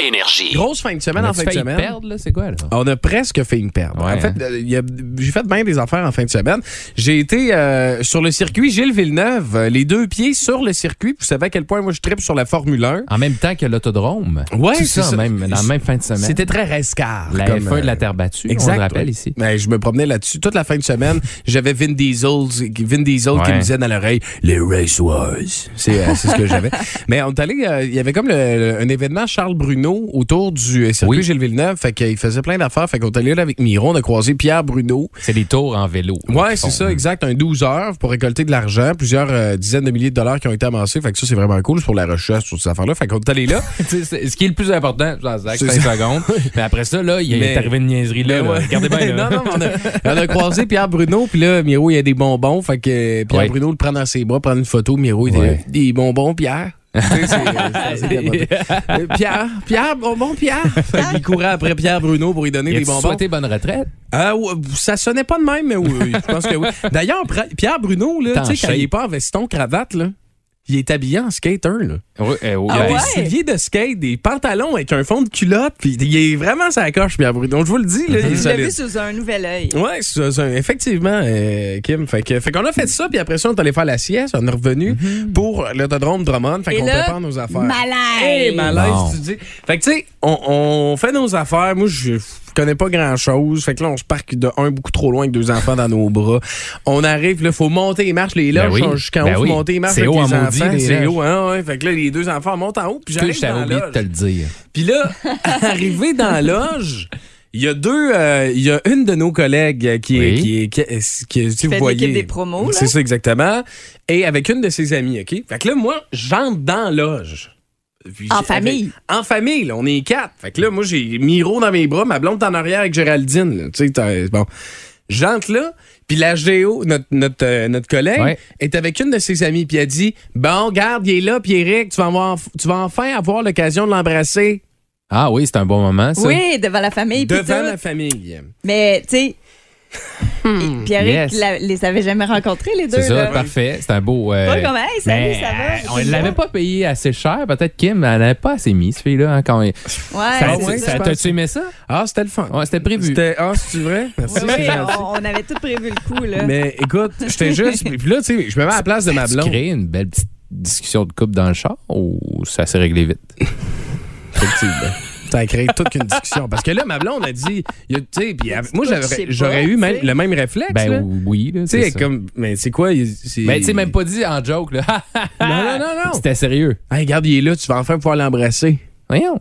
Énergie. Grosse fin de semaine en fin de semaine. perdre, là, c'est quoi, là? On a presque fait une perdre. Ouais, en fait, hein. euh, il y a- j'ai fait bien des affaires en fin de semaine. J'ai été euh, sur le circuit Gilles Villeneuve, euh, les deux pieds sur le circuit. Vous savez à quel point moi je tripe sur la Formule 1. En même temps que l'autodrome. Ouais, Tout c'est ça. Même, dans la même fin de semaine. C'était très rescard. la comme, F1 euh, de la terre battue, Exact, on le rappelle ouais. ici. Ben, je me promenais là-dessus toute la fin de semaine. J'avais Vin Diesel, qui- Vin Diesel qui Ouais. me disait dans l'oreille les Race Wars. C'est euh, c'est ce que j'avais. Mais on est allé, euh, il y avait comme le- le- un événement Charles Bruno autour du euh, circuit Oui. Gilles Villeneuve. Fait qu'il faisait plein d'affaires. Fait qu'on est allé là avec Miron, on a croisé Pierre Bruno. C'est des tours en vélo. là, Ouais, qu'ils c'est font. ça, exact. Un 12 heures pour récolter de l'argent, plusieurs euh, dizaines de milliers de dollars qui ont été amassés. Fait que ça, c'est vraiment cool. C'est pour la recherche, sur ces affaires-là. Fait qu'on est allé là. Tu sais, c'est- ce qui est le plus important, dans C'est 5 secondes. Mais après ça, là, il Mais- est arrivé une niaiserie là. Ben là. ouais. Regardez bien. là. non, non, mais on a, on a croisé Pierre Bruno, puis là, Miro, il y a des bonbons. Fait que euh, Pierre Ouais. Bruno le prend dans ses bras, prend une photo. Miro, il dit Ouais. Des bonbons, Pierre. Tu sais, c'est- c'est assez capoté. Euh, Pierre, Pierre, bonbon, Pierre. Fait qu'il courait après Pierre Bruno pour lui donner Il a des bonbons. souhaité bonne retraite. Ah, ou- ça sonnait pas de même, mais oui, oui, je pense que oui. D'ailleurs, Pra- Pierre Bruno, là, T'en tu sais, quand il est shape. pas en veston, cravate, là, il est habillé en skater. Là. Oui, euh, oui. eh, Il a Ben, des souliers de skate, des pantalons avec un fond de culotte, puis il est vraiment sa coche, Pierre Bruno. Je vous le dis, Mhm. là, il est Je l'ai solide. vu sous un nouvel œil. Oui, effectivement, euh, Kim. Fait, que, fait qu'on a fait ça, puis après ça, on est allé faire la sieste. On est revenu Mm-hmm. pour l'autodrome Drummond. Fait Et qu'on là, prépare nos affaires. Malaise! Hey, malaise, Bon. tu dis. Fait que, tu sais, on, on fait nos affaires. Moi, je connais pas grand-chose. Fait que là, on se parque de un beaucoup trop loin avec deux enfants dans nos bras. On arrive, là, faut monter les marches. Les loges Ben oui. sont jusqu'en Ben haut. oui. Faut monter les marches C'est avec haut les en maudit, enfants. les C'est loges. haut, hein, ouais. Fait que là, les deux enfants montent en haut, puis que j'arrive je dans t'avais la oublié de loge. te le dire. Puis là, arrivé dans la loge, il y a deux, euh, il y a une de nos collègues qui est, Oui. qui est, qui est- qui est- tu sais, vous de voyez. l'équipe des promos, là. C'est ça, exactement. Et avec une de ses amies, OK? Fait que là, moi, j'entre dans la loge. Puis En j'ai- famille. avec- en famille, là, on est quatre. Fait que là, moi, j'ai Miro dans mes bras, ma blonde est en arrière avec Géraldine. là. Tu sais, t'as- bon. J'entre là, puis la Géo, notre, notre, euh, notre collègue, Ouais. est avec une de ses amies, puis elle dit Bon, garde, il est là, puis Eric, tu vas, avoir- tu vas enfin avoir l'occasion de l'embrasser Ah oui, c'est un bon moment, ça. Oui, devant la famille. puis devant tout. la famille. Mais, tu sais, et Pierre, Hmm, yes. il les avait jamais rencontrés, les deux. C'est ça, là. parfait. C'est un beau. euh, Pas comme, hey, salut, ben, ça va? On ne l'avait pas payé assez cher. Peut-être Kim, elle n'avait pas assez mis, ce fille-là. hein, quand... Ouais, ça, ah ouais, c'est ça. ça- je pense. T'as-tu aimé ça? Ah, c'était le fun. Ouais, c'était prévu. C'était- Ah, c'est vrai? Merci. Oui, c'est gentil. on, on avait tout prévu le coup, là. Mais écoute, j'étais juste. Puis là, tu sais, je me mets à la place de ma Tu blonde. créé une belle petite discussion de couple dans le char ou ça s'est réglé vite? Effectivement. Ça a créé toute une discussion. Parce que là, ma blonde a dit. il y a- Tu sais, puis elle- moi, Écoute, je j'aurais sais pas, j'aurais eu même- tu sais. le même réflexe. là. Ben oui, là. tu sais, c'est ça. comme. Mais c'est quoi? il- c'est- Mais tu sais, même pas dit en joke, là. Non, non, non, non. C'était sérieux. Hey, regarde, il est là, tu vas enfin pouvoir l'embrasser. Voyons.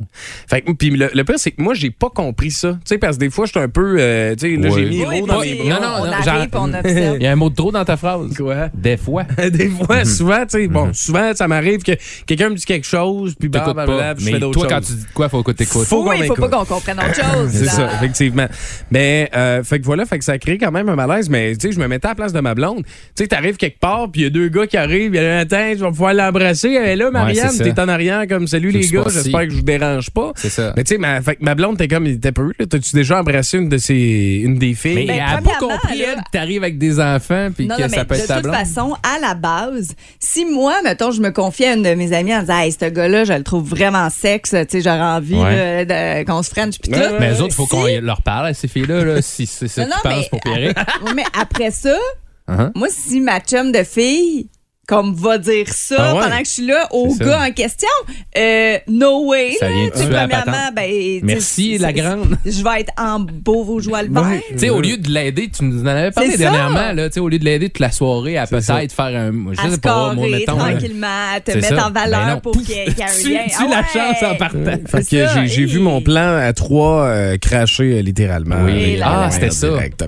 Fait que, puis le, le pire, c'est que moi, j'ai pas compris ça. Tu sais, parce que des fois, je suis un peu. euh, tu sais, là, j'ai Ouais. mis Oui, l'eau dans puis mes non, non, on non, genre- arrive, puis on observe. Il y a un mot de trop dans ta phrase. Quoi? Des fois. Des fois, souvent, tu sais, bon, souvent, ça m'arrive que quelqu'un me dit quelque chose, puis bah, T'écoutes bah, pas. je fais Mais toi, d'autres quand choses. tu dis de quoi, faut que t'écoutes. Faut qu'on oui, il faut pas m'écoute. qu'on comprenne autre chose. C'est là. ça, effectivement. Mais, euh, fait que voilà, fait que ça crée quand même un malaise, mais, tu sais, je me mettais à la place de ma blonde. Tu sais, t'arrives quelque part, puis il y a deux gars qui arrivent, il y a un attends, tu vas pouvoir l'embrasser. Elle est là, Marianne, c'est ça. t'es en arrière, comme, salut Je les suis gars, parti. j'espère que je vous dérange pas. C'est ça. Mais, tu sais, ma, fait que ma blonde, t'es comme, il était peu, là. T'as-tu déjà embrassé une de ces, une des filles? Mais elle a pas premièrement, compris, là- elle, que t'arrives avec des enfants puis Non, que non, mais ça peut de être ta toute blonde. façon, à la base, si moi, mettons, je me confie à une de mes amies en disant, hey, ce gars-là, je le trouve vraiment sexe, tu sais, j'aurais envie Ouais. là, de- qu'on se french, puis Ouais, tout. ouais, Mais eux autres, faut Si- qu'on leur parle à ces filles-là, là, si c'est ce Non, qu'ils non, mais- pensent pour Pierre. Oui, mais après ça, Uh-huh. moi, si ma chum de fille, comme va dire ça Ah ouais? pendant que je suis là au C'est gars ça. en question, euh, no way. Ça là, vient tu sais, tuer la premièrement, patente. ben, tu sais, Merci, c'est- la c'est- grande. Je vais être en beau vos joies le vert. Tu sais, au lieu de l'aider, tu nous en avais parlé C'est ça. dernièrement, là, tu sais, au lieu de l'aider toute la soirée à peut-être faire un. Je À sais se pas, moi, carrer mettons. là. tranquillement, à te C'est mettre ça. en Ben valeur non, pour pouf, qu'il y ait qu'il y ait un tu- lien. Ah tu la chance en partant. Ouais, Fait C'est Ah, que ça, j'ai- j'ai hey. vu mon plan à trois euh, cracher euh, littéralement. Oui. Euh, Ah, en c'était ça. direct. Hey,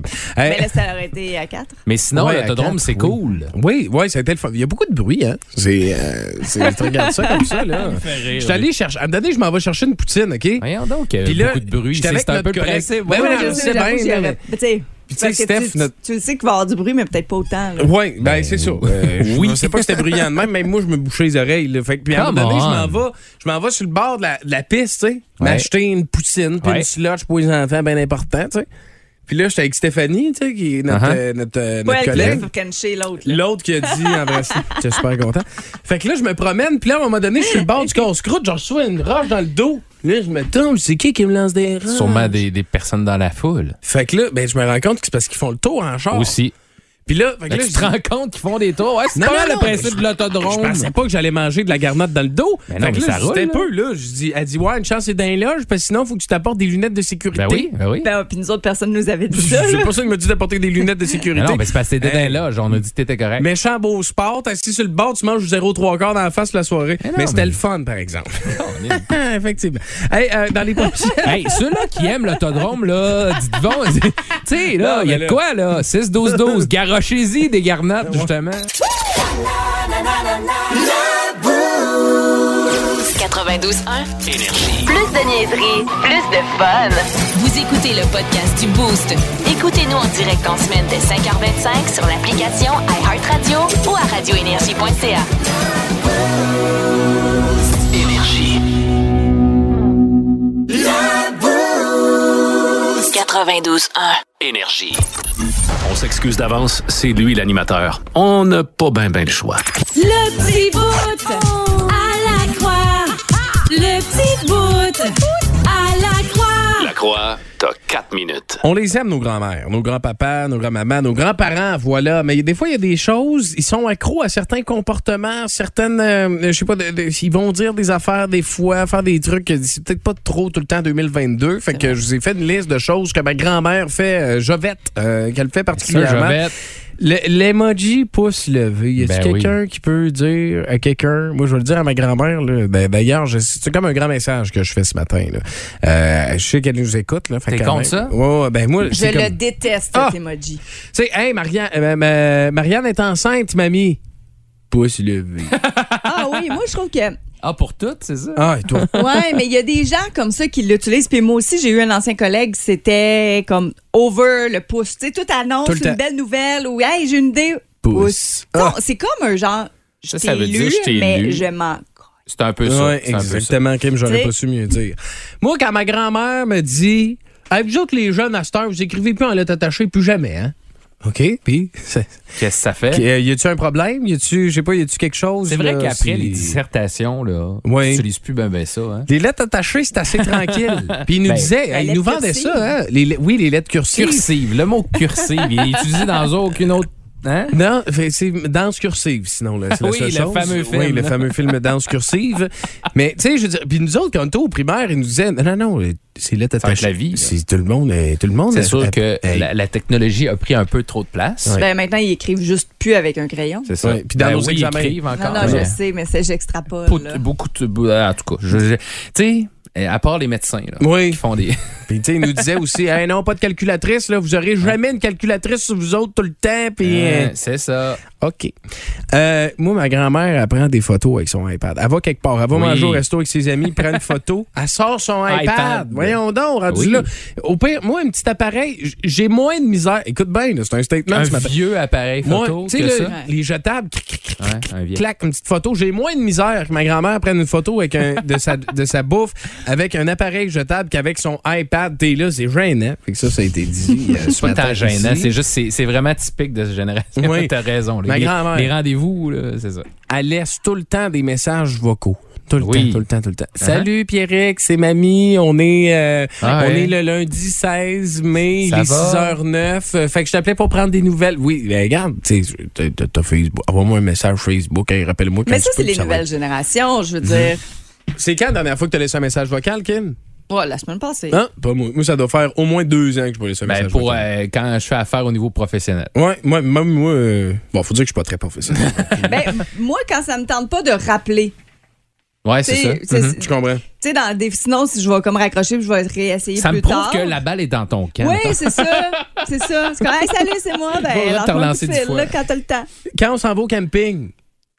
Mais là, ça aurait été à quatre. Mais sinon, Ouais, à l'autodrome, quatre, c'est oui. cool. oui, oui, ça a été le fun. Il y a beaucoup de bruit, hein? C'est. euh, c'est- tu regardes ça comme ça, là. Je suis allé chercher. À un moment donné, je m'en vais chercher une poutine, OK? Ah. Voyons donc, euh, Puis là, beaucoup de bruit. j'étais C'est avec c'est un notre peu le collègue. principe. Ben Eh Ouais, oui, ouais, je ouais. sais bien, j'avoue, j'y là, aurais- tu sais, Puis tu sais, parce que Steph, tu- notre- tu le sais qu'il va y avoir du bruit, mais peut-être pas autant. là. Oui, ben c'est ça. Euh, je- oui. Je sais pas que c'était bruyant de même, même moi je me bouchais les oreilles. là. Fait que, puis à un Come moment donné, je m'en on. vais, je m'en vais sur le bord de la, de la piste, tu sais, Ouais. m'acheter une poutine, puis Ouais. une slotch pour les enfants, bien important, tu sais. Puis là, j'étais avec Stéphanie, tu sais, qui est notre, Uh-huh. euh, notre, euh, Pas notre elle qui collègue. lève pour cancher l'autre. là. L'autre qui a dit en vrai, c'est- j'étais super content. Fait que là, je me promène, puis là, à un moment donné, je suis sur le bord du casse-croûte, genre, je reçois une roche dans le dos. Là, je me tombe, c'est qui qui me lance des roches? Ah. Sûrement des, des personnes dans la foule. Fait que là, ben, je me rends compte que c'est parce qu'ils font le tour en Ah. char. Aussi. Puis là, fait que Fait là, que je tu te dis- rends compte qu'ils font des tours. Ouais, c'est Non, pas non, mal non, le principe je- de l'autodrome. Je pensais pas que j'allais manger de la garnotte dans le dos. Mais non, fait que mais là, ça roule, j'étais là. peu, là. Je dis, elle dit, ouais, une chance, c'est d'un loge, parce que sinon, faut que tu t'apportes des lunettes de sécurité. Ben oui, ben oui. Ben, puis nous autres, personne nous avait dit ça. C'est là. pas ça qu'il m'a dit d'apporter des lunettes de Mais sécurité. non, mais c'est parce que t'étais Hey. dans là. On a dit que t'étais correct. Méchant beau sport, t'es assis sur le bord, tu manges du 0,3 quarts dans la face la soirée. Mais, non, c'était mais- le fun, par exemple. Ah, Effectivement. Hey, euh, dans les prochaines. Hey, ceux-là qui aiment l'autodrome, là, dites bon, tu sais, là, Non, il y mais a là- de quoi, là? 6-12-12, garochez-y des garnates, justement. 92.1. Plus de niaiserie, plus de fun. Vous écoutez le podcast du Boost. Écoutez-nous en direct en semaine dès 5h25 sur l'application iHeartRadio ou à radioénergie.ca. Énergie. 92.1. Énergie. On s'excuse d'avance, c'est lui l'animateur. On n'a pas ben ben le choix. Le petit bout à la croix. Le petit bout à la croix. La Croix, t'as 4 minutes. On les aime, nos grands-mères, nos grands-papas, nos grands-mamans, nos grands-parents, voilà. Mais des fois, il y a des choses, ils sont accros à certains comportements, certaines, euh, je sais pas, de- de- ils vont dire des affaires des fois, faire des trucs, que c'est peut-être pas trop tout le temps 2022. Fait que je vous ai fait une liste de choses que ma grand-mère fait, euh, Jovette, euh, qu'elle fait particulièrement. Jovette. Le- L'emoji pouce levé. Y a Ben oui. quelqu'un qui peut dire à quelqu'un, moi je vais le dire à ma grand-mère, là, ben, d'ailleurs, je- c'est comme un grand message que je fais ce matin. là. Euh, je sais qu'elle nous écoute. Là, fait T'es quand contre même- ça? Ouais, ouais, ben moi, Je c'est le comme- déteste, Ah! cet emoji. Tu sais, hey, Marianne, euh, ma- Marianne est enceinte, mamie. Pouce levé. Ah oui, moi, je trouve que. Ah, pour toutes, c'est ça? ah, et toi? Ouais, mais il y a des gens comme ça qui l'utilisent. Puis moi aussi, j'ai eu un ancien collègue, c'était comme over le pouce. Tu sais, tout annonce Tout le temps. une belle nouvelle ou hey, j'ai une idée. Pouce. Non, Ah. C'est comme un genre. Je Ça, ça t'ai veut dire lu, je t'ai mais lu. je m'en. C'est un peu ça. Ouais, c'est un peu ça. exactement, Kim, j'aurais T'sais- pas su mieux dire. Moi, quand ma grand-mère me dit Hey, vous autres, les jeunes à cette heure, vous écrivez plus en lettres attachées, plus jamais, hein? OK, puis ça- Qu'est-ce que ça fait? Qu- euh, y a-tu un problème? Y a-tu, je sais pas, y a-tu quelque chose? Hein? C'est vrai là, qu'après c'est- les dissertations, là, Ouais. tu n'utilises plus ben ben ça. Hein? Les lettres attachées, c'est assez tranquille. Puis il nous Ben, disait, la hey, il lettre nous vendait cursive. ça, hein? Les le- oui, les lettres cursives. Cursive, le mot cursive, il est utilisé dans aucune autre. Hein? Non, fait- c'est danse cursive, sinon. Là, c'est la Oui, seule le chose. fameux film, Oui, le là. fameux film danse cursive. Mais, tu sais, je veux dire, puis nous autres, quand on était au primaire, ils nous disaient, non, non, non, euh, c'est lettres Ça va être attachées. la vie, là. C'est tout le monde. euh, Tout le monde C'est euh, euh, sûr que euh, la, la technologie a pris un peu trop de place. Ouais. Ben, maintenant, ils écrivent juste plus avec un crayon. C'est ça. Ouais, puis dans Ben nos oui, ils examens. écrivent Non, encore. non, je mais- sais, mais c'est j'extrapole. Pou- là. beaucoup de. bou- ah, En tout cas, je- je- tu sais, euh, à part les médecins, là, Oui. qui font des. Puis, tu sais, il nous disait aussi, hey, non, pas de calculatrice, là, vous aurez jamais une calculatrice sur vous autres tout le temps. Puis, euh, Hein, c'est ça. OK. Euh, moi, ma grand-mère, elle prend des photos avec son iPad. Elle va quelque part. Elle va Oui. manger au resto avec ses amis, prend une photo. Elle sort son iPad. iPad. Voyons donc, rendu Oui. là. Au pire, moi, un petit appareil, j- j'ai moins de misère. Écoute bien, là, c'est un statement. Un ce matin. vieux appareil Moi, photo, tu sais, que le- ça. les jetables, cric, cric, cric, Ouais, un vieux. clac, une petite photo. J'ai moins de misère que ma grand-mère prenne une photo avec un, de, sa, de sa bouffe avec un appareil jetable qu'avec son iPad. T'es là, c'est gênant. Fait que ça, ça a été dit. euh, ce C'est pas matin tant gênant, ici. c'est juste, c'est, c'est vraiment typique de cette génération. Oui. T'as raison. Ma les, grand-mère. les rendez-vous, là, c'est ça. elle laisse tout le temps des messages vocaux. Tout le temps, Oui. Uh-huh. tout le temps, tout le temps. Salut Pierrick, c'est mamie. On est euh, Ah on ouais. est le lundi 16 mai, Ça il est va? 6h09. Euh, fait que je t'appelais pour prendre des nouvelles. Oui, ben, regarde, tu sais, t'as- t'as- t'as Facebook. Envoie-moi un message Facebook, hein, rappelle-moi quand Mais ça, tu c'est peux, les ça va nouvelles être- Mhm. générations, je veux dire. C'est quand la dernière fois que t'as laissé un message vocal, Kim? Oh, la semaine passée. Hein? Pas moi. Moi, ça doit faire au moins deux ans que je peux laisser un Ben, message pour vocal. euh, quand je fais affaire au niveau professionnel. Ouais, moi, même moi. euh, Bon, faut dire que je suis pas très professionnel. Ben, moi, quand ça me tente pas de rappeler, Ouais, c'est ça. tu sais, Mhm, Tu comprends? Tu sais, dans des, sinon, si je vais comme raccrocher, puis je vais réessayer Ça me plus prouve tard. que la balle est dans ton camp. Oui, c'est ça. C'est ça. C'est comme, Hey, salut, c'est moi. Pas le droit de te Ben, lance-moi un coup relancer de dix fil, fois. là, quand t'as le temps. Quand on s'en va au camping,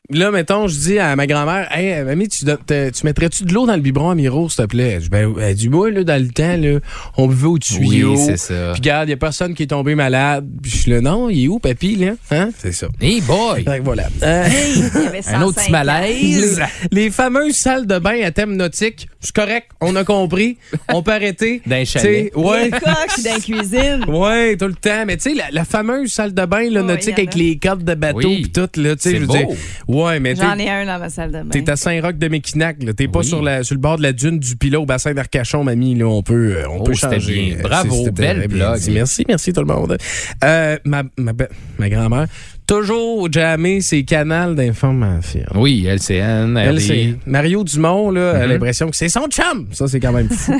là, mettons, je dis à ma grand-mère, hey, euh, mamie, tu, don- te- tu mettrais-tu de l'eau dans le biberon à Miro, s'il te plaît? Elle dit, ben, elle dit, moi, là, dans le temps, là, on buvait au tuyau. Oui, c'est ça. Puis, regarde, il n'y a personne qui est tombé malade. Puis, je suis là, non, il est où, papy, là? Hein? C'est ça. Hey boy! Fait que voilà. Euh, Il y avait Un autre 105 petit malaise. les fameuses salles de bain à thème nautique, c'est correct, on a compris, on peut arrêter. D'un Tu sais, chalet. Ouais. Des coques dans la cuisine. Ouais, tout le temps. Mais tu sais, la, la fameuse salle de bain là, Ouais, nautique Oh, y en avec a. les cordes de bateau Oui. pis tout, là, tu sais, C'est je veux beau. dire. Ouais, mais J'en t'es ai un dans ma salle de bain. t'es à Saint-Roch de Méquinac, là. T'es pas Oui. sur, la, sur le bord de la dune du Pilat au bassin d'Arcachon, mamie, là. On peut, euh, on Oh, peut c'était changer. bien. Bravo, C'est- c'était bien belle blague. dit. Merci, merci tout le monde. Euh, ma ma, be- ma grand-mère, toujours jammer ses canals d'information. Ben Oui, Mm-hmm. LCN, Elle, RDI. c'est Mario Dumont, là, a l'impression que c'est son chum. Ça, c'est quand même fou.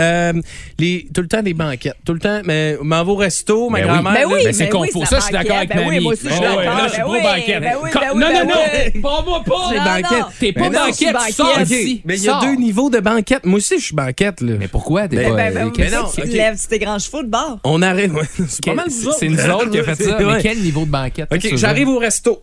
Euh, les, tout le temps des banquettes. Tout le temps, mais m'en vais au resto, ma Ben oui. grand-mère. Ben là, oui, Ben, c'est ben confus. oui, Ça, je suis la d'accord avec banquette. Ben oui, Mamie. moi aussi, je suis Ah ouais, d'accord. là, je suis Ben pas oui, banquette. ben oui, Quand- ben oui, non, ben non, oui. non! Prends-moi pas! Non, banquette. non. T'es pas Ben non, je suis banquette, tu sors banquette. d'ici. Mais il y a Sors. deux niveaux de banquettes. Moi aussi, je suis banquette. Là. Mais pourquoi t'es Ben, pas. Ben, ben, qu'est-ce- non, oui, tu ok. te lèves, tu t'es grand chevaux de bord. On arrête. ouais, c'est pas quel- mal c'est- C'est nous autres qui a fait ça. Mais Ouais. quel niveau de banquette? OK, j'arrive au resto.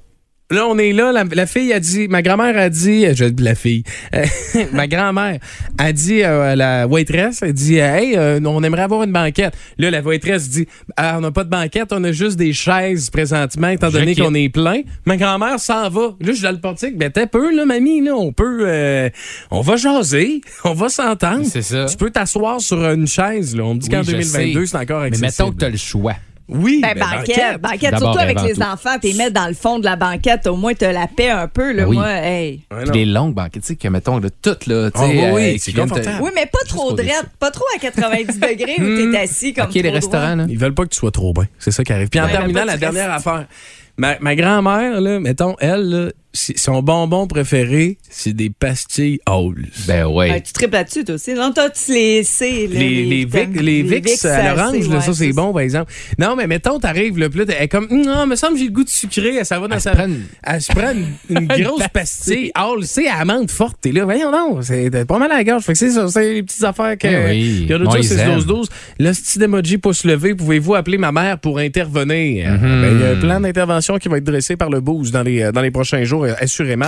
Là, on est là. La, la fille a dit, ma grand-mère a dit, je, la fille, Euh, ma grand-mère a dit euh, à la waitress, elle dit, hey, euh, on aimerait avoir une banquette. Là, la waitress dit, Ah, on n'a pas de banquette, on a juste des chaises présentement, étant Je donné quitte. qu'on est plein. Ma grand-mère s'en va. Là, je suis dans le portique, ben t'es peu, là, mamie, là, on peut, euh, on va jaser, on va s'entendre. C'est ça. Tu peux t'asseoir sur une chaise, là. On me dit Oui, qu'en je 2022, sais. c'est encore Mais accessible. mettons que t'as le choix. Oui, Ben, ben, banquette, banquette, D'abord surtout et avec avant les tout. enfants, t'es mettre dans le fond de la banquette, au moins t'as la paix un peu, là, Ben oui. moi, hey. Ouais, Puis non. les longues banquettes, tu sais, que mettons, là, toutes, là, tu Ah, oui, sais. oui, euh, c'est qui viennent te- confortable. Oui, mais pas Juste trop au-dessus. drette, pas trop à 90 degrés où t'es assis comme OK, les trop restaurants, droit. là. Ils veulent pas que tu sois trop bien. C'est ça qui arrive. Puis en Ouais, terminant, ils veulent pas la que tu dernière affaire. Ma, ma grand-mère, là, mettons, elle, là, si- son bonbon préféré, c'est des pastilles Halls. Ben Ben, ouais. tu tripes là-dessus, toi aussi. Non, toi, tu les C, là, les, les, Vicks- vitamines- les Vicks c'est à l'orange, assez, là, ouais, ça, c'est bon, par exemple. Non, mais mettons, t'arrives, là, puis là, t'es- elle est comme, Hum, non, me semble que j'ai le goût de sucré, elle, ça va dans Elle sa. se prend une- Elle se prend une, une grosse pastille Ah, Halls, c'est à amande forte, t'es là, voyons non, c'est t'as pas mal à la gorge. Fait que c'est ça, c'est les petites affaires que. Eh oui, Il y a on d'autres choses, les c'est aime. 12 12 Le style d'emoji pouce levé, pouvez-vous appeler ma mère pour intervenir? Mm-hmm. Ben, Il y a un plan d'intervention qui va être dressé par le boost dans les, dans les prochains jours, euh, assurément.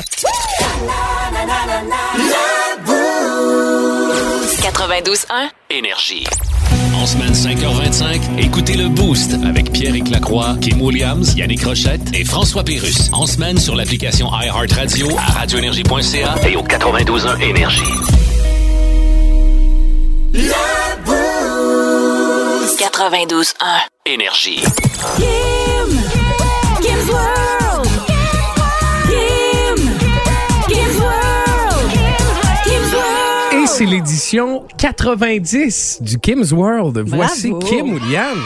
92.1. Énergie. En semaine 5h25, écoutez le Boost avec pierre Lacroix, Kim Williams, Yannick Rochette et François Pérus. En semaine sur l'application iHeartRadio à radioénergie.ca et au 92.1 Énergie. 92.1. Énergie. Kim! Kim's World! Kim! Kim's World! Kim's World! Et c'est l'édition 90 du Kim's World. Voici Bravo. Kim Williams.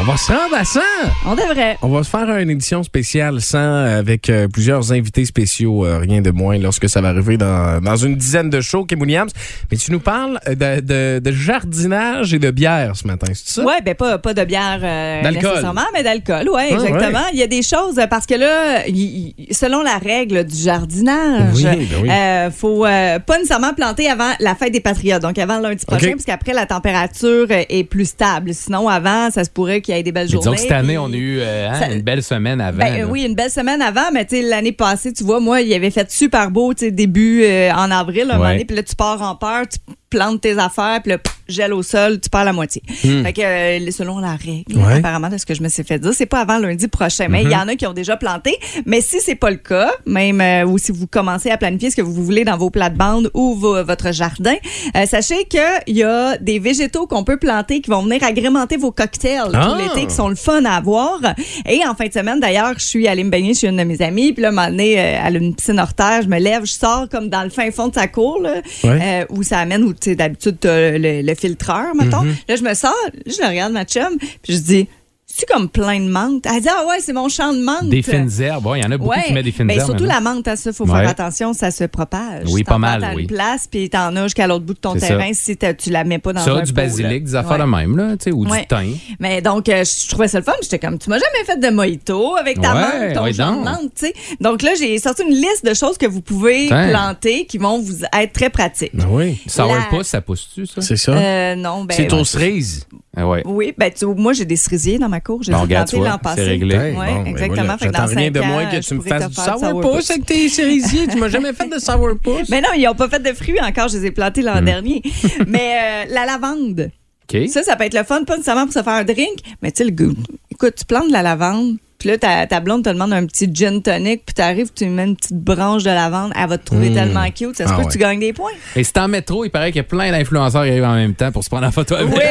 On va se rendre à 100. On devrait. On va se faire une édition spéciale 100 avec euh, plusieurs invités spéciaux, euh, rien de moins, lorsque ça va arriver dans, dans une dizaine de shows, Kim Williams. Mais tu nous parles euh, de, de- de jardinage et de bière ce matin, c'est ça? Ouais, ben pas, pas de bière euh, D'alcool. nécessairement, mais d'alcool, ouais, Ah, exactement. ouais. Il y a des choses euh, parce que là, il- il- selon la règle du jardinage, Oui, ben oui. euh, faut euh, pas nécessairement planter avant la fête des patriotes, donc avant lundi OK. prochain, puisqu'après la température euh, est plus stable. Sinon, avant, ça se pourrait qu'il y ait des belles Mais disons journées. que cette année, puis- on a eu euh, hein, Ça- une belle semaine avant. Ben, là. euh, oui, une belle semaine avant, mais tu sais, l'année passée, tu vois, moi, il avait fait super beau, tu sais, début euh, en avril, un moment Ouais. donné, puis là, tu pars en peur, tu plantes tes affaires, puis là, pff, gèle au sol, tu perds la moitié. Hmm. Fait que, euh, selon la règle, Ouais. apparemment, de ce que je me suis fait dire, c'est pas avant lundi prochain. Mais Mm-hmm. il y en a qui ont déjà planté, mais si c'est pas le cas, même, euh, ou si vous commencez à planifier ce que vous voulez dans vos plates-bandes ou vo- votre jardin, euh, sachez qu'il y a des végétaux qu'on peut planter qui vont venir agrémenter vos cocktails Ah! tout l'été, qui sont le fun à avoir. Et en fin de semaine, d'ailleurs, je suis allée me baigner chez une de mes amies. Puis là, un moment donné, euh, elle a une piscine hors terre. Je me lève, je sors comme dans le fin fond de sa cour, là, Ouais. euh, où ça amène, où tu sais, d'habitude, t'as le, le filtreur, mettons. Mhm. Là, je me sors, je le regarde, ma chum, puis je dis, c'est comme plein de menthe. Elle dit, ah ouais, c'est mon champ de menthe. Des fines herbes. ouais, Il y en a beaucoup Ouais, qui mettent des fines ben, herbes. surtout maintenant. la menthe, à ça, faut Ouais. faire attention, ça se propage. Oui, T'en pas mal, plantes à une oui. place, puis t'en as jusqu'à l'autre bout de ton C'est ça. terrain si t'as- tu la mets pas dans un Ça, du pot, là. basilic, des affaires Ouais. de même, là, tu sais, ou Ouais. du thym. Mais donc, euh, je trouvais ça le fun. J'étais comme, tu m'as jamais fait de mojito avec ta Ouais, menthe, ton ouais, jus de donc. menthe, tu sais. Donc là, j'ai sorti une liste de choses que vous pouvez Tiens. planter qui vont vous être très pratiques. Ben oui, Ça La- roule pas, ça pousse-tu, ça? Hein? c'est ça. Euh, non, ben, c'est aux cerises. Ah ouais. Oui, ben tu, moi j'ai des cerisiers dans ma cour, j'ai Ben, Bon, regarde, planté tu vois, l'an passé. c'est réglé. Ouais, Hey, bon, ben exactement. voilà. Fait que dans J'attends rien cinq de moins ans, que je tu me pourrais fasses te du faire du sourpuss avec tes cerisiers. tu m'as jamais fait de sourpuss. Mais non, ils n'ont pas fait de fruits encore, je les ai plantés Mm. l'an dernier. Mais euh, la lavande, OK. ça, ça peut être le fun, pas nécessairement pour se faire un drink, mais tu sais, le goût. Écoute, tu plantes de la lavande, puis là, ta, ta blonde te demande un petit gin tonic, puis t'arrives, tu lui mets une petite branche de lavande, elle va te Mmh. trouver tellement cute, ça se Ah peut ouais. que tu gagnes des points. Et c'est en métro, il paraît qu'il y a plein d'influenceurs qui arrivent en même temps pour se prendre en photo avec. Oui,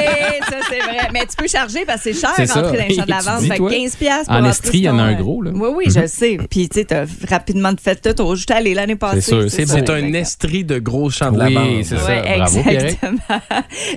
ça c'est vrai. Mais tu peux charger parce que c'est cher C'est ça. rentrer dans les champs de Tu lavande. dis, Fait toi, 15 piastres pour en rentrer Estrie, il y sur en a ton- euh, un gros, là. Oui, oui, je le sais. Puis tu sais, t'as rapidement fait tout, t'as juste allé l'année passée. sûr, c'est ça. bon. C'est un estrie de gros champ de la Oui, bande. c'est ça. Ouais, Bravo, Pierrick. exactement.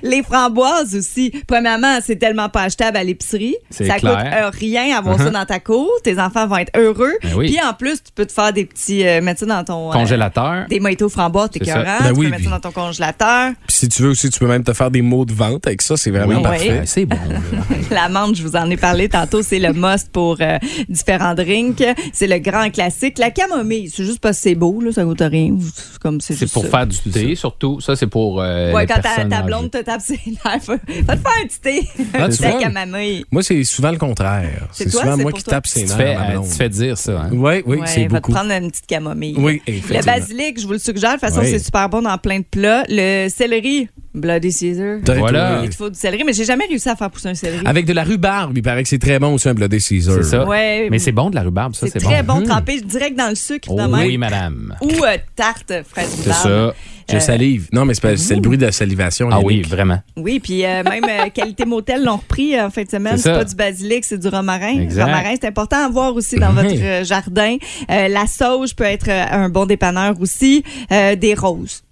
Les framboises aussi. Premièrement, c'est tellement pas achetable à l'épicerie. C'est Ça clair. Uh-huh. coûte euh, rien avoir ça dans ta cour. Tes enfants vont être heureux. Ben oui. Puis en plus, tu peux te faire des petits. euh, mettre ça dans ton. euh, Congélateur. des mojitos framboises, t'es C'est ça. cœurant. Ben tu oui, peux mettre ça puis- dans ton congélateur. Puis si tu veux aussi, tu peux même te faire des mots de vente avec ça. C'est vraiment Oui. parfait. Ah, c'est bon. là. L'amande, je vous en ai parlé tantôt, c'est le must pour euh, différents drinks. C'est le grand classique. La camomille, c'est juste parce que c'est beau, là, ça coûte rien. C'est comme c'est C'est juste pour ça. faire du thé, surtout. Ça, c'est pour. euh, Ouais, les quand ta, personnes ta âgées. blonde te tape ses nerfs, va te faire un petit thé. Ah, tu de la vois. camomille. Moi, c'est souvent le contraire. C'est C'est toi, souvent c'est moi pour qui toi. tape ses Tu te nerfs fais, à ma euh, blonde. tu te fais dire ça. hein? Oui, oui, Ouais, c'est va te beaucoup. prendre une petite camomille. Oui, Le effectivement. basilic, je vous le suggère. De toute façon, Oui. c'est super bon dans plein de plats. Le céleri, Bloody Caesar. T'as- Voilà. Il te faut du céleri, mais j'ai jamais réussi à faire pousser un céleri. Ah, Avec de la rhubarbe, il paraît que c'est très bon aussi un Bloody Caesar. C'est ça. Ouais. Mais c'est bon de la rhubarbe, ça, C'est c'est très bon. Hum. bon, trempé direct dans le sucre Oh de même. oui, madame. Ou euh, tarte fraise C'est ça. Je Euh, salive. Non, mais c'est pas- c'est le bruit de la salivation. Ah oui, Yannick. vraiment. Oui, puis euh, même euh, Qualité Motel l'ont repris euh, en fin de semaine. C'est C'est ça. pas du basilic, c'est du romarin. Exact. Le romarin, c'est important à avoir aussi dans votre euh, jardin. Euh, la sauge peut être euh, un bon dépanneur aussi. Euh, des roses,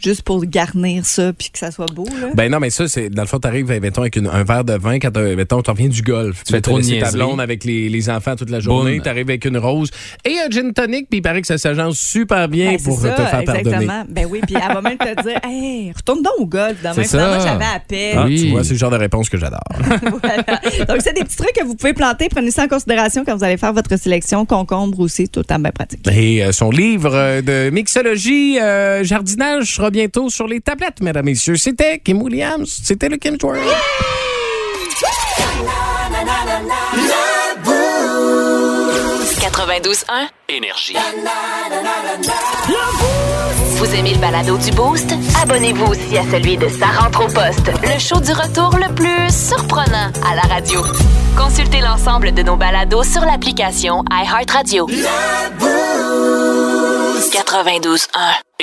juste pour garnir ça puis que ça soit beau. Là. Ben non, mais ça, c'est dans le fond, t'arrives, euh, mettons, avec une- un verre de vin quand t'as- mettons, t'en viens du golf. Tu fais vas trop de laisser ta niaiseries. blonde avec les, les enfants toute la journée. Boum. T'arrives avec une rose et un gin tonic, puis il paraît que ça s'agence super bien Ben, c'est pour euh, ça, te faire pardonner. exactement. Ben oui, puis elle va même te dire, hey, retourne donc au golf demain. C'est Finalement, ça. j'avais à peine. Ah, Oui. Tu vois, c'est le genre de réponse que j'adore. Voilà. Donc, c'est des petits trucs que vous pouvez planter. Prenez ça en considération quand vous allez faire votre sélection. Concombre aussi, tout le temps bien pratique. Et euh, son livre euh, de mixologie, euh, jardinage, sera bientôt sur les tablettes, mesdames, messieurs. C'était Kim Williams, c'était le Kim World. Boost 92.1. Énergie. Vous aimez le balado du Boost? Abonnez-vous aussi à celui de Sa rentre au poste, le show du retour le plus surprenant à la radio. Consultez l'ensemble de nos balados sur l'application iHeartRadio. 92.1.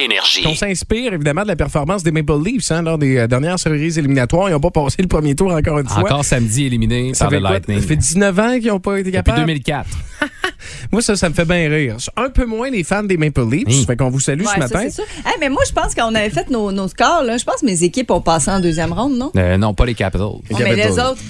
Énergie. On s'inspire évidemment de la performance des Maple Leafs hein, lors des euh, dernières séries éliminatoires. Ils n'ont pas passé le premier tour encore une fois. Encore samedi éliminé Ça par fait, le quoi? Lightning. Ça fait 19 ans qu'ils n'ont pas été Depuis capables. 2004. Moi, ça, ça me fait bien rire. Un peu moins les fans des Maple Leafs. Oui. Fait qu'on vous salue Ouais, ce ça, matin. c'est sûr. Hey, mais moi, je pense qu'on avait fait nos, nos scores. là. Je pense que mes équipes ont passé en deuxième ronde, non? Euh, non, pas les Capitals. Les Oh, mais les Capitals. autres,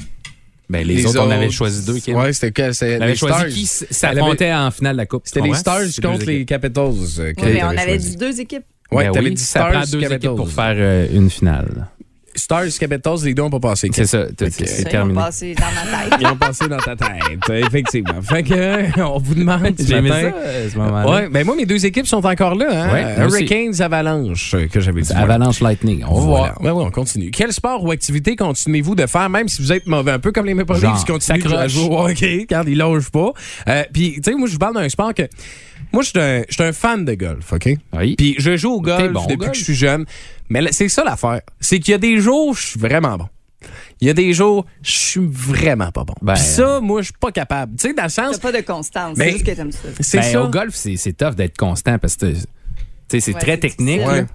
Ben, les, autres, on avait choisi deux. Kim. Ouais, c'était que- c'est on avait les choisi Stars. qui s- Elle avait- s'affrontait en finale de la Coupe. C'était Tu les comprends? Stars C'est deux contre les équipes. Capitals. euh, que Ouais, mais t'avais on avait choisi. dit deux équipes. Ouais, Ben t'avais oui, dit ça Stars prend deux équipes Capitals. pour faire euh, une finale. Stars Capitals, les deux n'ont pas passé. C'est ça, t'as- c'est Ça, c'est ils ont terminé. Eh ben, passé dans ma tête. Ils ont passé dans ta tête, effectivement. Fait que, euh, on vous demande ce J'ai aimé ça, matin. euh, ce moment-là. Ouais, ben moi, mes deux équipes sont encore là. Hein? Ouais, Euh, moi aussi. Hurricanes, Avalanche, euh, que j'avais dit. moi. Avalanche Lightning, on va Voilà. voir. Ouais, ouais, on continue. Quel sport ou activité continuez-vous de faire, même si vous êtes mauvais? Un peu comme les Maple Genre, Leafs qui continuent de s'accroche. jouer au hockey quand ils logent pas. Euh, Puis, tu sais, moi, je vous parle d'un sport que... Moi, je suis un- je suis un, fan de golf, OK? Oui. Puis, je joue au golf bon au depuis golf. que je suis jeune. Mais là, c'est ça l'affaire. C'est qu'il y a des jours, je suis vraiment bon. Il y a des jours, je suis vraiment pas bon. Ben, Puis ça, moi, je suis pas capable. Tu sais, dans le T'as sens... pas de constance. Mais- C'est juste que t'aimes ça. C'est Ben, ça. Au golf, c'est c'est tough d'être constant parce que tu sais, c'est Ouais, très c'est technique. difficile. là. Ouais.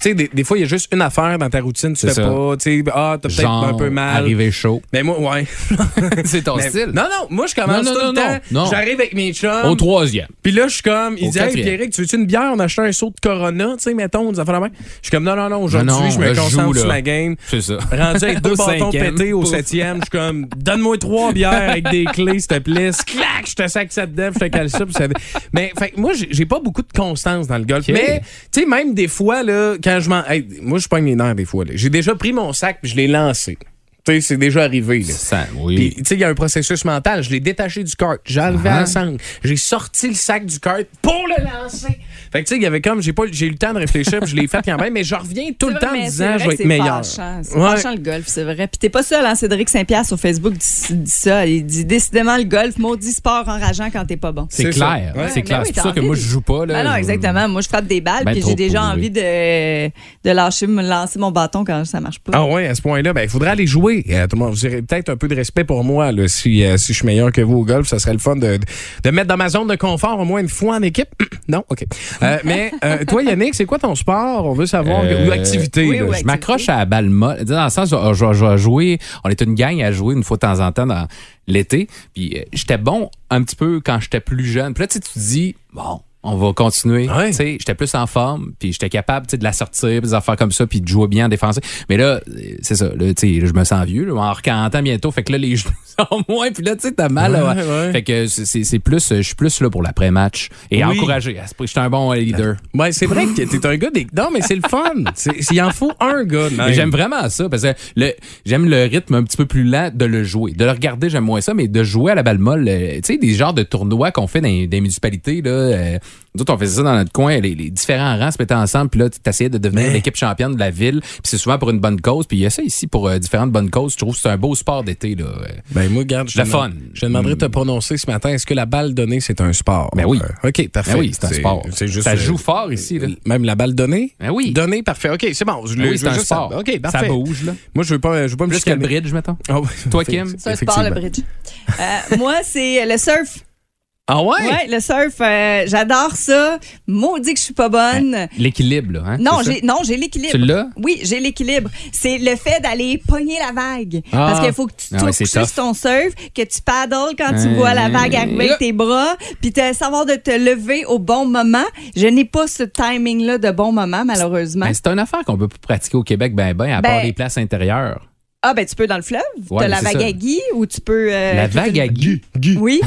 Tu sais, des, des fois, il y a juste une affaire dans ta routine, tu C'est fais ça. pas. Tu sais, ah, t'as peut-être Genre, un peu mal. arriver chaud. Mais moi, ouais. C'est ton Mais- style. Non, non, moi, je commence Non, non, tout non, le temps. non, non. J'arrive avec mes chums. Au troisième. Puis là, je suis comme, il Au dit, hey, quatrième. Pierrick, tu veux-tu une bière? On a acheté un saut de Corona, tu sais, mettons, des affaires de même. Je suis comme, non, non, non, Non, non, aujourd'hui, je me là, je concentre joue, sur là. ma game. C'est ça. Rendu avec deux Au bâtons cinquième. pétés au Pouf. septième, je suis comme, donne-moi trois bières avec des clés, s'il te plaît. Clac, je te sac ça dedans, je te cale ça. puis ça- Mais fait, que moi, j'ai- j'ai pas beaucoup de constance dans le golf. Ok. Mais, tu sais, même des fois, là, quand je m'en. hey, moi, je pogne les nerfs des fois. là. J'ai déjà pris mon sac puis je l'ai lancé. Tu sais, c'est déjà arrivé. Là. Ça, oui. Puis, tu sais, il y a un processus Uh-huh. mental. Je l'ai détaché du cart. J'ai enlevé la sangle. J'ai sorti le sac du cart pour le lancer. Fait que, tu sais, il y avait comme, j'ai pas, j'ai eu le temps de réfléchir, puis je l'ai fait quand même, mais je reviens tout le C'est vrai, temps en mais disant, je c'est vrai vais que être c'est meilleur. fâchant. C'est Ouais. fâchant, le golf, c'est vrai. Puis t'es pas seul, hein? Cédric Saint-Pierre sur Facebook dit, dit ça. Il dit décidément le golf, maudit sport enrageant quand t'es pas bon. C'est C'est ça. clair. Ouais. C'est Ben clair. oui, c'est t'as pour ça que envie moi, de- je joue pas. Là. Ben non, Je- exactement. Moi, je frappe des balles, Ben puis trop j'ai déjà pour envie jouer. de, de lâcher, me lancer mon bâton quand ça marche pas. Ah ouais, à ce point-là, ben, il faudrait aller jouer. Euh, tout le monde, vous aurez peut-être un peu de respect pour moi. Là, si, euh, si je suis meilleur que vous au golf, ça serait le fun de, de- de mettre dans ma zone de confort au moins une fois en équipe. non, OK. Euh, mais euh, toi, Yannick, c'est quoi ton sport? On veut savoir. Euh, ou activité. oui, là. oui. Je m'accroche à la balle molle. Tu sais, Dans le sens, euh, je, je- je- je jouais- on était une gang à jouer une fois de temps en temps dans l'été. Puis euh, j'étais bon un petit peu quand j'étais plus jeune. Puis là, tu sais, tu te dis, bon, on va continuer. Ouais. Tu sais, J'étais plus en forme, puis j'étais capable tu sais, de la sortir, puis des affaires comme ça, puis de jouer bien en défensif. Mais là, euh, c'est ça, là, tu sais, je me sens vieux, là, en 40 ans bientôt, fait que là, les genoux sont moins, puis là, tu sais, t'as mal. là, Ouais, ouais. Fait que c'est- c'est c'est plus, euh, je suis plus là pour l'après-match. Et Oui. encouragé. à ce prix, J'étais un bon leader. Ouais, c'est vrai que t'es un gars des. Non, mais c'est le fun. C'est- Il en faut un gars. de même. Mais j'aime vraiment ça parce que le- j'aime le rythme un petit peu plus lent de le jouer. De le regarder, j'aime moins ça, mais de jouer à la balle molle, euh, tu sais, des genres de tournois qu'on fait dans les, dans les municipalités, là. euh, nous autres, on faisait ça dans notre coin, les, les différents rangs se mettaient ensemble, puis là, tu essayais de devenir l'équipe championne de la ville, puis c'est souvent pour une bonne cause, puis il y a ça ici pour euh, différentes bonnes causes. Je trouve que c'est un beau sport d'été, là. euh. Ben, moi, regarde, je te, Le demande- fun. je te demanderais de te prononcer ce matin. Est-ce que la balle donnée, c'est un sport? Ben oui. Euh, OK, parfait. Ben oui, c'est un sport. C'est juste. ça euh, joue fort ici, là. Même la balle donnée? Ben oui. Donnée, parfait. OK, c'est bon. Je, Ben le- oui, je c'est veux un juste sport. ça. OK, parfait. ça bouge, là. Moi, je veux pas, je veux pas me Plus que le chicaner. bridge, mettons. Ah ouais. Toi, Kim? C'est un sport, le Effectivement. bridge. Euh, moi, c'est le surf. Ah ouais? Ouais, le surf, euh, j'adore ça. Maudit que je suis pas bonne. L'équilibre, là. Hein, non, c'est ça? j'ai non, j'ai Tu l'équilibre. l'as? Oui, j'ai l'équilibre. C'est le fait d'aller pogner la vague. Ah. Parce qu'il faut que tu te Ah ouais, c'est couches sur tough. ton surf, que tu paddles quand tu Euh, vois la vague arriver là. avec tes bras, puis te savoir de te lever au bon moment. Je n'ai pas ce timing-là de bon moment, malheureusement. Ben, c'est une affaire qu'on peut pas pratiquer au Québec, ben, ben, à Hein? Ben- part les places intérieures. Ah, ben, tu peux dans le fleuve. Ouais, T'as la c'est vague ça. à Guy ou tu peux. euh, la vague à Guy. Oui.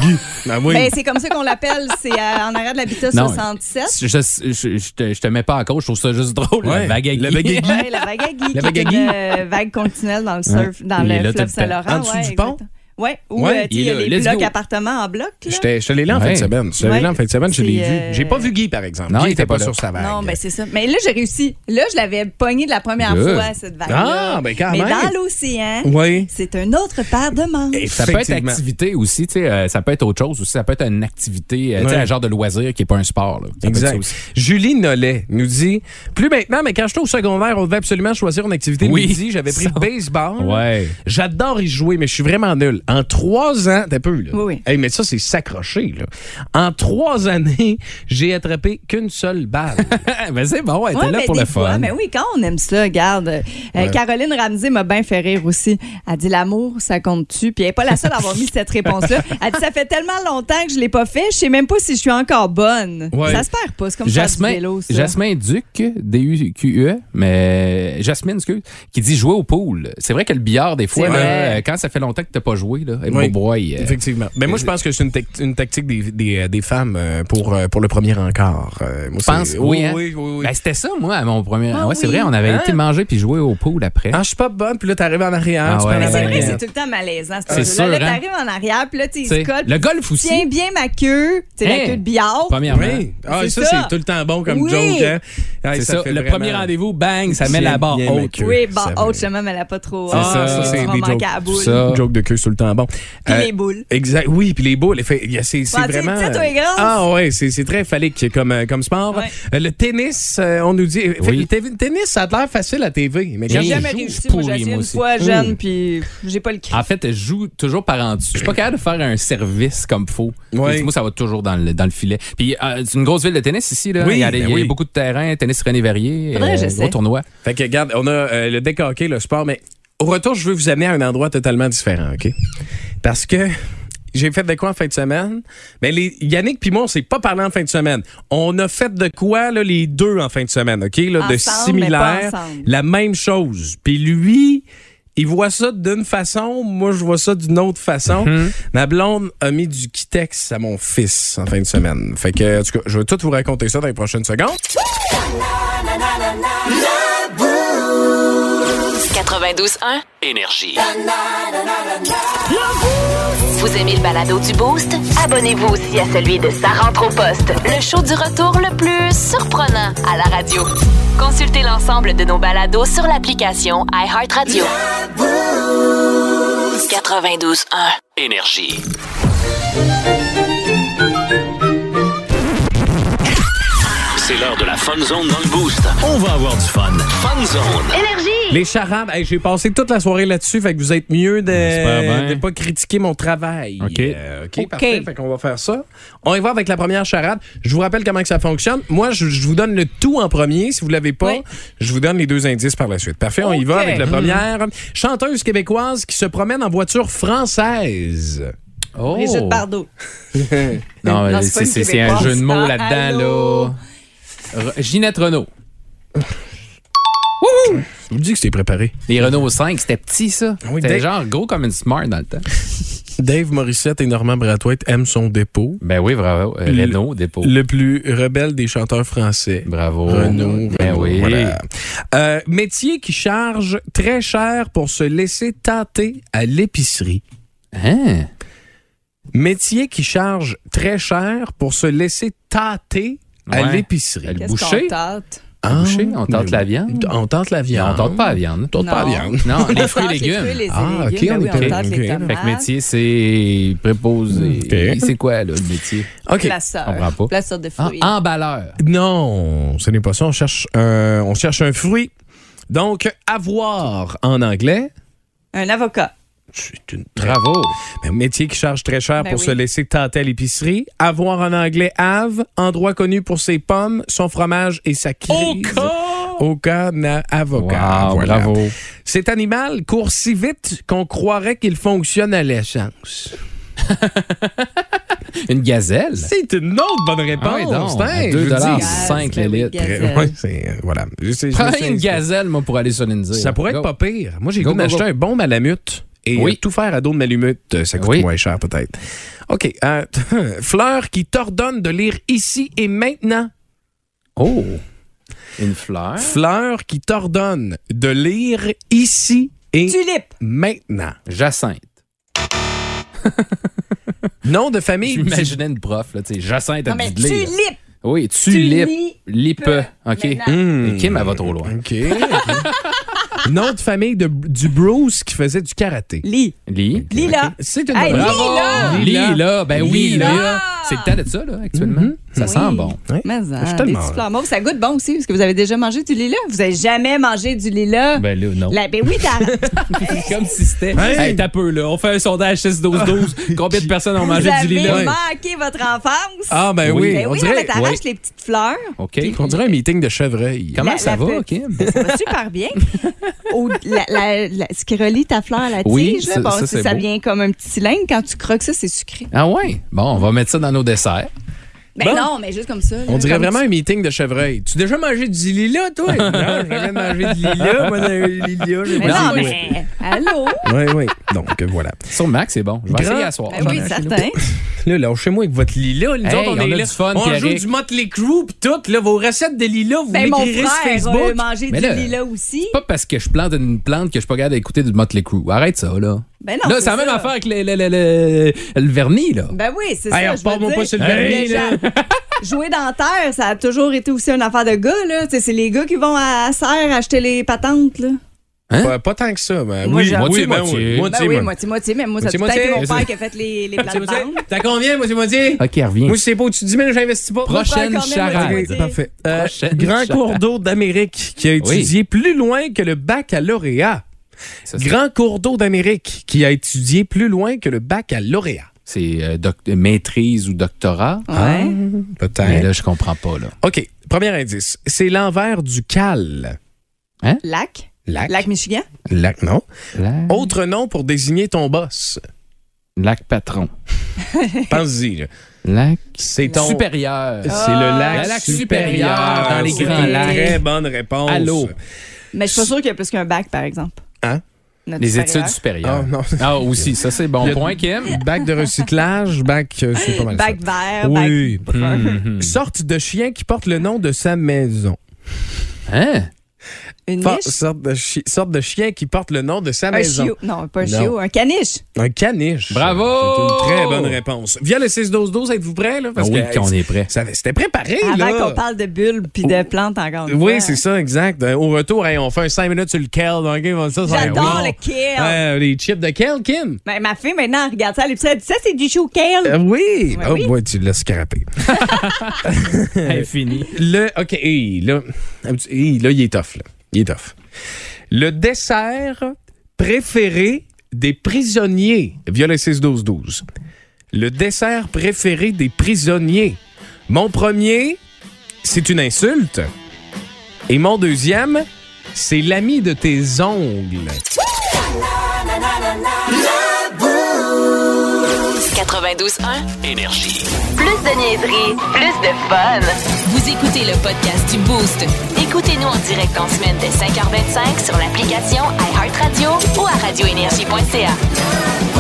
Ah oui. Ben, c'est comme ça qu'on l'appelle. C'est euh, en arrière de l'habitat Non. 67. Je, je- je- je te, je te mets pas à cause, je trouve ça juste drôle. Ouais, la vague à Guy. la vague à Guy. Ouais, la vague à Guy. La qui vague à est Guy. une, euh, vague continuelle dans le surf, dans Il est le là tout le fleuve temps. Saint-Laurent. En dessous ouais, du pont? exactement. Ouais, ou Ouais, euh, tu sais, il y il est a là. les Let's blocs go. appartements en bloc. là. J'étais- Je te l'ai là en Ouais. fin de semaine. Je te l'ai Ouais. là en fin de semaine, je C'est, l'ai vu. euh, J'ai pas vu Guy, par exemple. Non, Guy il était était pas pas là. sur sa vague. Non, mais c'est ça. Mais là, j'ai réussi. Là, je l'avais pogné de la première Good. fois, cette vague-là. Ah, ben quand Mais même. dans l'océan, Oui. c'est un autre paire de manches. Ça peut être Effectivement. activité aussi, tu sais, euh, ça peut être autre chose aussi, ça peut être une activité, euh, tu sais, Ouais. un genre de loisir qui est pas un sport. Là. Ça peut être ça Exact. aussi. Julie Nollet nous dit Plus maintenant, mais quand j'étais au secondaire, on devait absolument choisir une activité Oui. le midi. J'avais pris Ça- le baseball. Ouais. J'adore y jouer, mais je suis vraiment nul. En trois ans, t'as peu, là. Oui, oui. Hey, mais ça, c'est s'accrocher, là. En trois années, j'ai attrapé qu'une seule balle. ben c'est bon, ouais, t'es Ouais, là mais pour des le fois, fun. mais oui, quand on aime ça, regarde. euh, Caroline Ramsey m'a bien fait rire aussi. Elle dit l'amour, ça compte-tu? Puis elle n'est pas la seule à avoir mis cette réponse-là. Elle dit ça fait tellement longtemps que je ne l'ai pas fait, je sais même pas si je suis encore bonne. Ouais. Ça se perd pas, c'est comme faire du Jasmin, vélo. Ça. Jasmin Duc, D-U-Q-E, E, mais Jasmine, excuse, qui dit jouer au pool. C'est vrai que le billard, des fois, C'est là, vrai. euh, quand ça fait longtemps que t'as pas joué, là, et Oui. mon boy, euh, Effectivement. Mais moi, je pense que c'est une, tec- une tactique des, des- des femmes euh, pour, euh, pour le premier encart. Euh, moi, Je pense, c'est- oui, hein? oui, oui, oui. Ben, c'était ça, moi, à mon premier. Ah ouais, c'est oui. vrai, on avait Hein? été manger puis jouer au pool après. Ah, je suis pas bonne, puis là, t'arrives en arrière, Ah tu prends ouais. la C'est vrai, baguette. c'est tout le temps malaisant. C'est ce sûr, jeu-là. Là, hein? t'arrives en arrière, puis là, tu Tu sais, se colle, le golf aussi. Tiens bien ma queue, c'est Hein? la queue de billard. Premièrement. Oui. Ah, C'est ça, ça. c'est tout le temps bon comme Oui. joke. Hein? Ah, C'est ça ça, fait le vraiment- premier rendez-vous, bang, ça met Tiens la barre bien ma haute. queue. Oui, Ça bon, fait- autre chemin, mais elle n'a pas trop. C'est Ah, ça, ça, tu c'est vas des manquer jokes. à la boule. Tout ça. Joke de queue, c'est tout le temps bon. Puis Euh, les boules. Exact, oui, puis les boules, fait- il y a- c'est c'est Ouais, tu sais, vraiment... tu sais, toi, les grosses. ah ouais, c'est c'est très phallique comme, euh, comme sport. Ouais. Euh, Le tennis, euh, on nous dit... fait que Oui. le té- tennis, ça a l'air facile à TV, mais quand Et- J'ai je jamais joue- réussi. Moi, pourri, j'ai essayé moi une aussi. fois jeune, Hum. puis pff, j'ai pas le cri. En fait, je joue toujours par en dessous. Je suis pas capable de faire un service comme faux. Ouais. Moi, ça va toujours dans le, dans le filet. Puis, euh, c'est une grosse ville de tennis ici. Là. Oui, il y a, il y a ben oui. beaucoup de terrain, tennis René Verrier, Faudrait que gros j'essaie. tournoi. Fait que regarde, on a euh, le décaqué, le sport, mais au retour, je veux vous amener à un endroit totalement différent, OK? Parce que j'ai fait de quoi en fin de semaine? Mais les, Yannick puis moi, on s'est pas parlé en fin de semaine. On a fait de quoi, là, les deux en fin de semaine, OK? Là, de Ensemble, mais pas similaire. ensemble. La même chose. Puis lui, il voit ça d'une façon, moi, je vois ça d'une autre façon. Mhm. Ma blonde a mis du Kitex à mon fils en fin de semaine. Fait que, en tout cas, je vais tout vous raconter ça dans les prochaines secondes. 92.1. Énergie. Vous aimez le balado du Boost? Abonnez-vous aussi à celui de Sa rentre au poste, le show du retour le plus surprenant à la radio. Consultez l'ensemble de nos balados sur l'application iHeartRadio. 92.1. Énergie. C'est l'heure de la Fun Zone dans le Boost. On va avoir du fun. Fun Zone. Les charades, hey, j'ai passé toute la soirée là-dessus, fait que vous êtes mieux de J'espère bien. ne Ben, pas critiquer mon travail. OK. Euh, OK, parfait. Fait qu'on va faire ça. On y va avec la première charade. Je vous rappelle comment que ça fonctionne. Moi, je, je vous donne le tout en premier. Si vous l'avez pas, Oui. je vous donne les deux indices par la suite. Parfait, on y va OK. avec la première. Chanteuse québécoise qui se promène en voiture française. Oh. Brigitte Bardot. Non, Non, mais c'est c'est pas une c'est- c'est un Québécoise. jeu de mots Ah, là-dedans, allô? là. Re- Ginette Renault. Je vous dis que c'est préparé. Les Renault 5, c'était petit, ça. Ah Oui, c'était dès- genre gros comme une Smart dans le temps. Dave Morissette et Normand Brathwaite aiment son dépôt. Ben oui, bravo. Euh, Le- Renault, dépôt. Le plus rebelle des chanteurs français. Bravo. Renault. Ben Renault, oui. voilà. Euh, métier qui charge très cher pour se laisser tenter à l'épicerie. Hein? Métier qui charge très cher pour se laisser tâter à Ouais. l'épicerie. Le Qu'est-ce boucher? qu'on tente? Ah, boucher, on tente mais la oui. viande? On tente la Non, viande. on tente pas la viande. On tente pas la Non. viande. Non, Ah, les fruits et tente légumes. Les fruits, les Ah, légumes. ok, on Ben est oui, on tente correct. les Ok. Fait tomates. que métier, c'est préposé. Ok. C'est quoi, là, le métier? OK. Placeur. Comprends pas. Placeur Ah, de Ah, fruits. emballeur. Non, ce n'est pas ça. On cherche, un, on cherche un fruit. Donc, avoir en anglais. ah. Un avocat. C'est une très Bravo. Un métier qui charge très cher Ben pour oui. se laisser tenter à l'épicerie. Avoir en anglais Ave, endroit connu pour ses pommes, son fromage et sa crise. Au cas na- avocat. Wow, Voilà. bravo. Cet animal court si vite qu'on croirait qu'il fonctionne à l'essence. Une gazelle. C'est une autre bonne réponse. Ah oui, donc, hein, je vous dis. 2,5 Yes, ben oui, le litre. gazelle. Ouais, c'est- euh, voilà. Je sais- je Prends sais- une gazelle, moi, pour aller sur l'île. Ça pourrait être Go. pas pire. Moi, j'ai le Go, goût go, d'acheter go. un bon malamute et Oui. euh, tout faire à dos de malamute. euh, Ça coûte Oui. moins cher, peut-être. OK. euh, fleur qui t'ordonne de lire ici et maintenant. Oh! Une fleur. Fleur qui t'ordonne de lire ici et Tulipe. maintenant. Jacinthe. Nom de famille. du- J'imaginais une prof, là, tu sais, Jacinthe a Non, mais dû lire. tulipe. Oui, tulipe. Lipe. OK. Hmm. Et Kim, elle va trop loin. OK. ok. Nom de famille de, du Bruce qui faisait du karaté. Lis. Lis. Lila. C'est une Hey, bonne- Bravo! Lila! Lila. Ben oui, Lila. Lila. C'est le temps de ça, là, actuellement. Mm-hmm. Ça sent bon. Ouais. Mais Je suis hein, des tellement- petits fleurs mauves, ça goûte bon aussi. Parce que vous avez déjà mangé du lilas? Vous avez jamais mangé du lilas? Ben là, non. La- ben oui, t'as- Comme si c'était. Hey! Hey, t'as peu, là. On fait un sondage 6-12-12. Combien de personnes ont vous mangé avez du Lila? manqué votre enfance. Ah, ben oui. Oui. ben on oui, non, dirait. mais t'arraches ouais. les petites fleurs. OK. On dirait un meeting de chevreuil. Comment La- ça la va, petite- Kim? Ça va super bien. Au- la- la- la- ce qui relie ta fleur à la Oui, tige, là, ça- bon, ça, ça, c'est ça beau. vient comme un petit cylindre. Quand tu croques ça, c'est sucré. Ah ouais? Bon, on va mettre ça dans nos desserts. Ben Bon. non, mais juste comme ça. là, On dirait comme vraiment un meeting de chevreuil. Tu as déjà mangé du lilas, toi? non, j'ai jamais mangé du lilas. Moi, j'ai lilas. j'ai Mais mangé- non, Oui. mais allô? Oui, oui. Donc, voilà. Sur Mac, c'est bon. Je vais Grand- essayer à soir. Ben oui, J'en ai chez nous. certain. Là, lâchez-moi avec votre Lila. Nous Hey, autres, on, on est a là. du fun, on joue Pierrick. du Motley Crue pis tout. Là, vos recettes de Lila, vous Ben, mon l'écrirez sur frère Facebook. a mangé Mais du là- lilas aussi. pas parce que je plante une plante que je suis pas capable d'écouter du Motley Crue. Arrête ça, là. Ben non, là, c'est c'est la même ça. affaire avec le, le- le- le- le vernis, là. Ben oui, c'est Hey, ça. je veux repars-moi dire. pas sur le vernis, Hey, là. les gens, Jouer dans la terre, ça a toujours été aussi une affaire de gars, là. Tu sais, C'est les gars qui vont à Serre acheter les patentes, là. Pas, pas tant que ça, mais Moi, oui, j'ai- moitié, Ben oui, Ben oui, moitié-moitié, mais moi, ça a tout le temps été mon Moitié-moitié. père qui a fait les, les Moitié, moitié. plates-bandes. T'as combien, moitié, moitié? OK, reviens. Moi, si c'est pas au-dessus de 10 000, j'investis pas. Hein. Prochaine Moitié, moitié. charade. Moitié. Parfait. Euh, Prochaine grand charade. cours d'eau d'Amérique qui a étudié plus loin que le baccalauréat. Ça, c'est- Grand cours d'eau d'Amérique qui a étudié plus loin que le baccalauréat. C'est euh, doc- maîtrise ou doctorat. Ouais. Ah, ben. Mais Peut-être. là, je comprends pas, là. OK, premier indice. C'est l'envers du cal. Lac. Lac. Lac Michigan. Lac, non. Oh. Lac, Autre nom pour désigner ton boss. lac patron. Pense-y. là. Lac C'est ton. supérieur. Ah, C'est le lac, Le lac supérieur dans les C'est grands une lacs. Très bonne réponse. Allô. Mais je suis pas sûre qu'il y a plus qu'un bac, par exemple. Hein? Notre Les supérieur. études supérieures. Ah, non. Ah, aussi, ça, c'est bon Le- point, Kim. Bac de recyclage, bac, euh, c'est pas mal. Bac ça. vert, Oui. Hmm. bac brun. Hmm. Sorte de chien qui porte le nom de sa maison. Hein? Une Fa- niche? sorte, de chi- sorte de chien qui porte le nom de sa Un maison. chiot. Non, pas un Non. chiot, un caniche. Un caniche. Bravo! C'est une très bonne réponse. Via le 6-12-12, êtes-vous prêts? Là? Ah oui, qu'on est prêt. ça- C'était préparé, Avant là. oh, qu'on parle de bulbes puis de plantes encore. une Oui, fois. c'est ça, exact. Euh, Au retour, hey, on fait un 5 minutes sur le kale. donc, OK, on va- ça, ça va être J'adore bon. le kale. Euh, les chips de kale, Kim. Mais Ben, ma fille, maintenant, elle regarde ça, elle dit ça, elle dit, ça, c'est du chou kale. Euh, oui. Ouais, Ah, oui. ouais, tu l'as scrappé. Infini. Le, OK, hey, là, hey, là, il est tough. Là. Il est tough. Le dessert préféré des prisonniers, via les 6-12-12. Le dessert préféré des prisonniers. Mon premier, c'est une insulte. Et mon deuxième, c'est l'ami de tes ongles. 92.1, Énergie. plus de niaiserie, plus de fun. Vous écoutez le podcast du Boost. Écoutez-nous en direct en semaine dès 5h25 sur l'application iHeartRadio ou à radioénergie.ca.